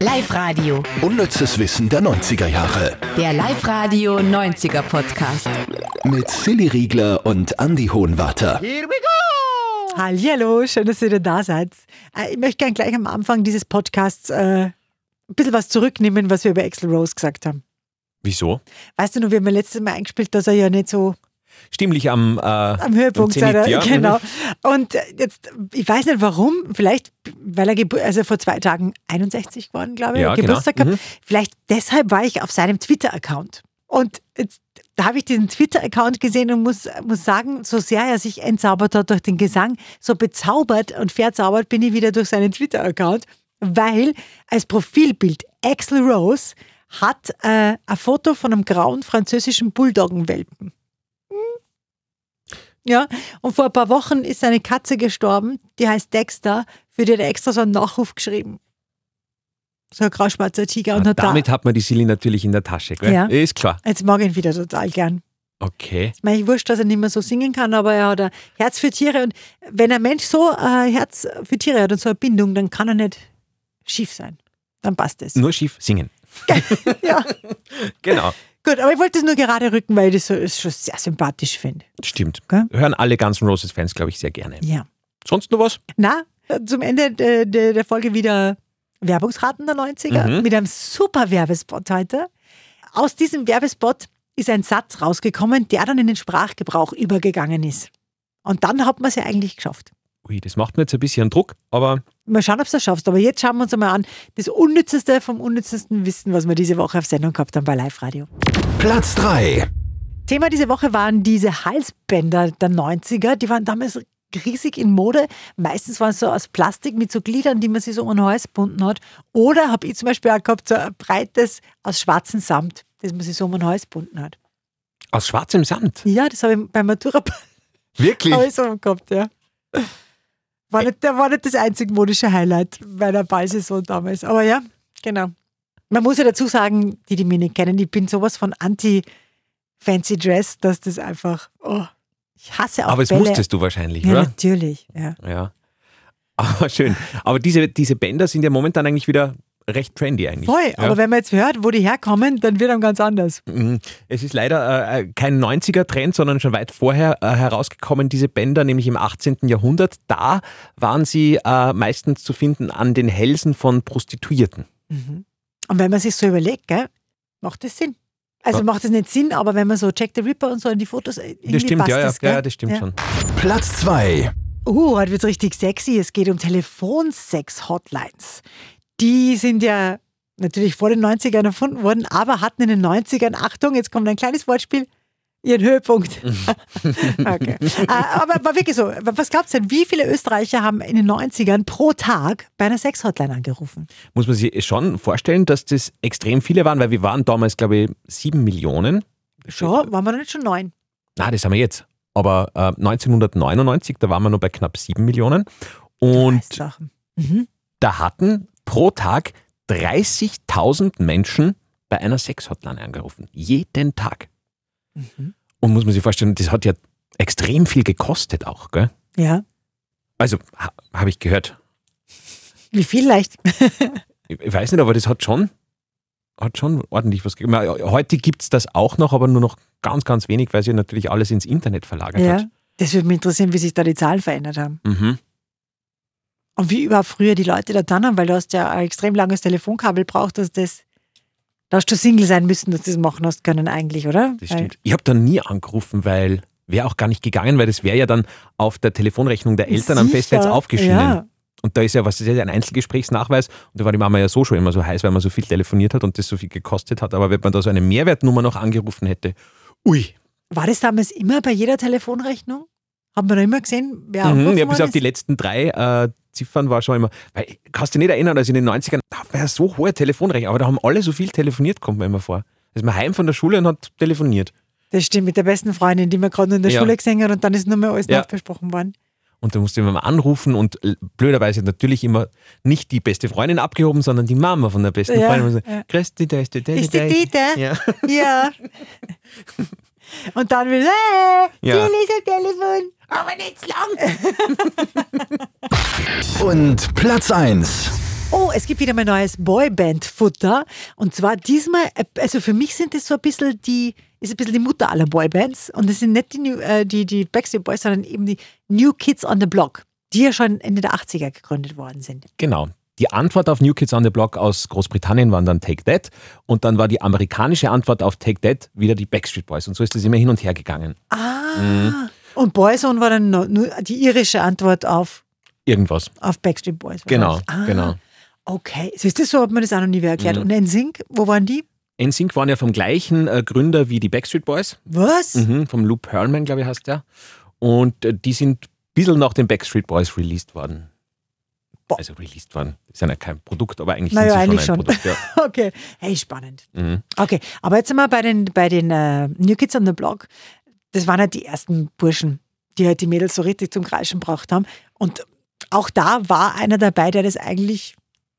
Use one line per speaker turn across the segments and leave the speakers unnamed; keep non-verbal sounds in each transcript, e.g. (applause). Live-Radio.
Unnützes Wissen der 90er Jahre.
Der Live-Radio 90er Podcast.
Mit Silly Riegler und Andy Hohenwarter.
Hallo, schön, dass ihr wieder da seid. Äh, Ich möchte gern gleich am Anfang dieses Podcasts äh, ein bisschen was zurücknehmen, was wir über Axel Rose gesagt haben.
Wieso?
Weißt du noch, wir haben ja letztes Mal eingespielt, dass er ja nicht so
Stimmlich am, äh,
am Höhepunkt
Zenit,
seiner,
ja. Mhm.
genau. Und äh, jetzt, ich weiß nicht warum, vielleicht, weil er gebu- also vor zwei Tagen 61 geworden, glaube ich,
Ja,
hat Geburtstag
genau.
gehabt. Vielleicht deshalb war ich auf seinem Twitter-Account. Und jetzt, da habe ich diesen Twitter-Account gesehen und muss, muss sagen, so sehr er sich entzaubert hat durch den Gesang, so bezaubert und verzaubert bin ich wieder durch seinen Twitter-Account, weil als Profilbild Axel Rose hat äh, ein Foto von einem grauen französischen Bulldoggenwelpen. Ja, und vor ein paar Wochen ist seine Katze gestorben, die heißt Dexter, für die hat er extra so einen Nachruf geschrieben. So ein grauschwarzer Tiger und
Ah,
hat da.
damit hat man die Silly natürlich in der Tasche, gell?
Ja.
Ist klar.
Jetzt mag ich ihn wieder total gern.
Okay.
Ich meine, ich wurscht, dass er nicht mehr so singen kann, aber er hat ein Herz für Tiere und wenn ein Mensch so ein Herz für Tiere hat und so eine Bindung, dann kann er nicht schief sein. Dann passt es.
Nur schief singen.
Ja.
Genau.
Gut, aber ich wollte es nur gerade rücken, weil ich das so, ist schon sehr sympathisch finde.
Stimmt.
Gell?
Hören alle ganzen Roses-Fans, glaube ich, sehr gerne.
Ja.
Sonst noch was?
Na, zum Ende der, der, der Folge wieder Werbungsraten der 90er
Mhm.
mit einem super Werbespot heute. Aus diesem Werbespot ist ein Satz rausgekommen, der dann in den Sprachgebrauch übergegangen ist. Und dann hat man es ja eigentlich geschafft.
Ui, das macht mir jetzt ein bisschen Druck, aber
Mal schauen, ob du das schaffst. Aber jetzt schauen wir uns einmal an, das unnützeste vom unnützesten Wissen, was wir diese Woche auf Sendung gehabt haben bei Live Radio.
Platz 3.
Thema diese Woche waren diese Halsbänder der 90er. Die waren damals riesig in Mode. Meistens waren sie so aus Plastik mit so Gliedern, die man sich so um den Hals gebunden hat. Oder habe ich zum Beispiel auch gehabt, so ein breites aus schwarzem Samt, das man sich so um den Hals gebunden hat.
aus schwarzem Samt.
Ja, das habe ich beim Matura
Wirklich?
habe ich so gehabt, ja. War nicht, der war nicht das einzig modische Highlight meiner Ballsaison damals. Aber ja, genau. Man muss ja dazu sagen, die, die mich nicht kennen, ich bin sowas von anti-fancy dress, dass das einfach, oh, ich hasse auch
Aber das
Bälle.
musstest du wahrscheinlich,
ja,
oder?
natürlich, ja.
Ja. Aber schön. Aber diese, diese Bänder sind ja momentan eigentlich wieder recht trendy eigentlich.
Voll,
ja.
aber wenn man jetzt hört, wo die herkommen, dann wird einem ganz anders.
Mhm. Es ist leider äh, äh, kein 90er-Trend, sondern schon weit vorher äh, herausgekommen, diese Bänder, nämlich im 18. Jahrhundert. Da waren sie äh, meistens zu finden an den Hälsen von Prostituierten.
Und wenn man sich so überlegt, gell, macht das Sinn. Also
Ja.
macht das nicht Sinn, aber wenn man so Jack the Ripper und so in die Fotos, irgendwie
Das stimmt,
passt
ja, ja,
das,
ja,
gell?
ja, das stimmt schon.
Platz 2.
Oh, heute wird's richtig sexy. Es geht um Telefonsex-Hotlines. Die sind ja natürlich vor den 90ern erfunden worden, aber hatten in den 90ern, Achtung, jetzt kommt ein kleines Wortspiel, ihren Höhepunkt. okay. Äh, Aber war wirklich so. Was glaubst du denn, wie viele Österreicher haben in den 90ern pro Tag bei einer Sex-Hotline angerufen?
Muss man sich schon vorstellen, dass das extrem viele waren, weil wir waren damals, glaube ich, sieben Millionen.
Schon, waren wir noch nicht schon neun?
Na, das haben wir jetzt. Aber äh, 1999, da waren wir noch bei knapp sieben Millionen. Und
Heißt Sachen. Mhm.
da hatten pro Tag 30.000 Menschen bei einer Sexhotline angerufen. Jeden Tag.
Mhm.
Und muss man sich vorstellen, das hat ja extrem viel gekostet auch, gell?
Ja,
Also, ha, habe ich gehört.
wie viel leicht?
Ich, ich weiß nicht, aber das hat schon, hat schon ordentlich was gegeben. Heute gibt es das auch noch, aber nur noch ganz, ganz wenig, weil sich natürlich alles ins Internet verlagert
Ja.
hat.
Das würde mich interessieren, wie sich da die Zahlen verändert haben.
Mhm.
Und wie überhaupt früher die Leute da dran haben, weil du hast ja ein extrem langes Telefonkabel braucht, dass das. Da hast du Single sein müssen, dass du das machen hast können eigentlich, oder?
Das
Weil-
stimmt. Ich habe da nie angerufen, weil wäre auch gar nicht gegangen, weil das wäre ja dann auf der Telefonrechnung der Eltern am
Sicher.
Festnetz aufgeschienen.
Ja.
Und da ist ja was, das ist ja ein Einzelgesprächsnachweis. Und da war die Mama ja so schon immer so heiß, weil man so viel telefoniert hat und das so viel gekostet hat. Aber wenn man da so eine Mehrwertnummer noch angerufen hätte, ui,
War das damals immer bei jeder Telefonrechnung? Haben wir da immer gesehen, wer
mhm,
angerufen
ja, bis
worden
auf die
ist?
letzten drei äh, Ziffern war schon immer, weil kannst du dich nicht erinnern, also in den 90ern, da war ja so hohe Telefonrechnung, aber da haben alle so viel telefoniert, kommt mir immer vor. Da ist man heim von der Schule und hat telefoniert.
Das stimmt, mit der besten Freundin, die man gerade noch in der
Ja.
Schule gesehen hat und dann ist nur mehr alles
Ja.
nachbesprochen worden.
Und da musste man anrufen und l- blöderweise natürlich immer nicht die beste Freundin abgehoben, sondern die Mama von der besten
Ja,
Freundin. Und so,
ja.
Grüß dich, da ist die Teddy.
Ist die Dieter?
Ja. (laughs)
Ja. und dann will, hey,
Ja.
ja. die Lisa Telefon.
Und Platz 1.
Oh, es gibt wieder mein neues Boyband-Futter. Und zwar diesmal, äh, also für mich sind es so ein bisschen die, ist ein bisschen die Mutter aller Boybands. Und es sind nicht die, New, äh, die, die Backstreet Boys, sondern eben die New Kids on the Block, die ja schon Ende der 80er gegründet worden sind.
Genau. Die Antwort auf New Kids on the Block aus Großbritannien waren dann Take That und dann war die amerikanische Antwort auf Take That wieder die Backstreet Boys und so ist es immer hin und her gegangen.
Ah. Und Boyzone war dann nur- nur die irische Antwort auf,
Irgendwas.
auf Backstreet Boys.
Genau,
wahrscheinlich. Ah,
genau. Mhm.
Okay. Siehst du, so hat man das auch noch nie wer erklärt. Und NSYNC, wo waren die?
NSYNC waren ja vom gleichen äh, Gründer wie die Backstreet Boys,
Was?
mhm, vom Lou Pearlman, glaube ich, heißt der. Und äh, die sind ein bisschen nach den Backstreet Boys released worden.
Boah.
Also released worden. Ist ja kein Produkt, aber eigentlich
Naja,
sind
eigentlich
sie schon
schon.
ein Produkt. Ja.
(laughs) (laughs) Okay. Hey, spannend.
Mhm.
Okay, aber jetzt sind wir bei den, bei den äh, New Kids on the Block. Das waren halt die ersten Burschen, die halt die Mädels so richtig zum Kreischen gebracht haben. Und auch da war einer dabei, der das eigentlich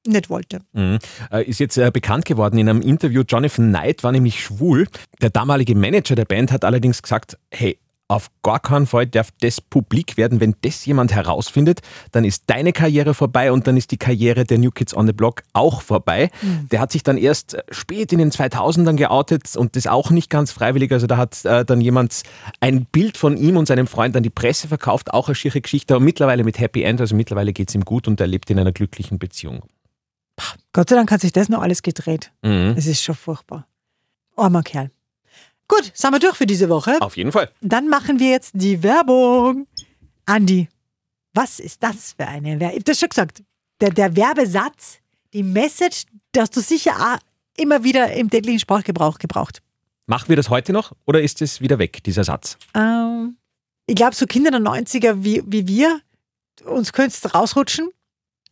nicht wollte.
Mhm. Äh, Ist jetzt äh, bekannt geworden in einem Interview. Jonathan Knight war nämlich schwul. Der damalige Manager der Band hat allerdings gesagt: Hey, auf gar keinen Fall darf das publik werden. Wenn das jemand herausfindet, dann ist deine Karriere vorbei und dann ist die Karriere der New Kids on the Block auch vorbei. Der hat sich dann erst äh, spät in den 2000ern geoutet und das auch nicht ganz freiwillig. Also da hat äh, dann jemand ein Bild von ihm und seinem Freund an die Presse verkauft. Auch eine schiere Geschichte, aber mittlerweile mit Happy End. Also mittlerweile geht es ihm gut und er lebt in einer glücklichen Beziehung.
Gott sei Dank hat sich das noch alles gedreht.
Mhm.
Es ist schon furchtbar. Armer Kerl. Gut, sind wir durch für diese Woche.
Auf jeden Fall.
Dann machen wir jetzt die Werbung. Andi, was ist das für eine Werbung? Ich hab das schon gesagt. Der, der Werbesatz, die Message, dass du sicher auch immer wieder im täglichen Sprachgebrauch gebraucht.
Machen wir das heute noch oder ist es wieder weg, dieser Satz?
Ähm, ich glaube, so Kinder der 90er wie, wie wir, uns könnte es rausrutschen.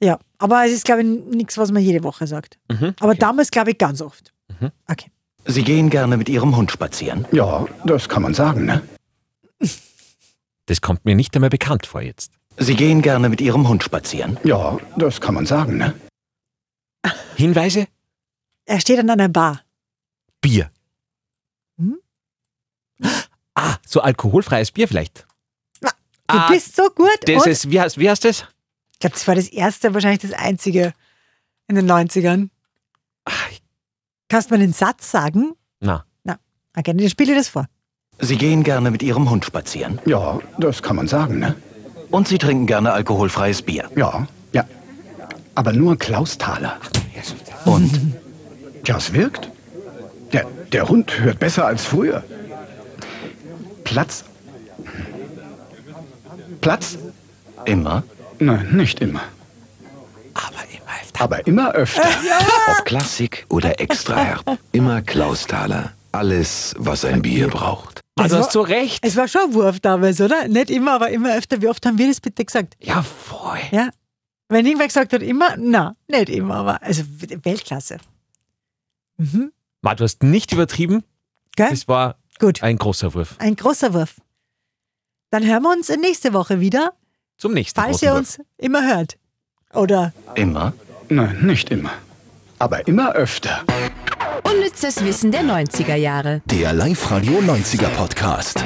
Ja, aber es ist, glaube ich, nichts, was man jede Woche sagt.
Mhm.
Aber damals, glaube ich, ganz oft. Okay.
Sie gehen gerne mit Ihrem Hund spazieren?
Ja, das kann man sagen, ne?
Das kommt mir nicht einmal bekannt vor jetzt.
Sie gehen gerne mit Ihrem Hund spazieren?
Ja, das kann man sagen, ne?
Hinweise?
Er steht an einer Bar.
Bier.
Hm?
Ah, so alkoholfreies Bier vielleicht.
Na, du Du
Ah,
bist so gut.
das
und-
ist, wie heißt, wie heißt das?
Ich glaube, das war das erste, wahrscheinlich das einzige in den 90ern. Kannst du mal den Satz sagen?
Ah, Na,
Okay, dann spiele ich das vor.
Sie gehen gerne mit Ihrem Hund spazieren?
Ja, das kann man sagen, ne?
Und Sie trinken gerne alkoholfreies Bier?
Ja, ja. Aber nur Klausthaler.
Und?
Tja, es wirkt. Der, der Hund hört besser als früher. Platz. Platz?
Immer?
Nein, nicht immer.
aber immer öfter. Äh,
Aber immer öfter.
Ob Klassik oder Extraherb. Immer Klausthaler. Alles, was ein Bier braucht.
Ah,
Es
du
war-
hast so recht.
Es war schon ein Wurf damals, oder? Nicht immer, aber immer öfter. Wie oft haben wir das bitte gesagt?
Ja, voll.
Ja. Wenn irgendwer gesagt hat, immer, na, nicht immer, aber also Weltklasse.
Ma, du hast nicht übertrieben.
Gell?
Das war
Gut.
ein großer Wurf.
Ein großer Wurf. Dann hören wir uns nächste Woche wieder,
Zum nächsten
falls
großen
ihr
Wurf.
uns immer hört. Oder
Immer?
Nein, nicht immer. Aber immer öfter.
Unnützes Wissen der 90er Jahre.
Der Live-Radio 90er Podcast.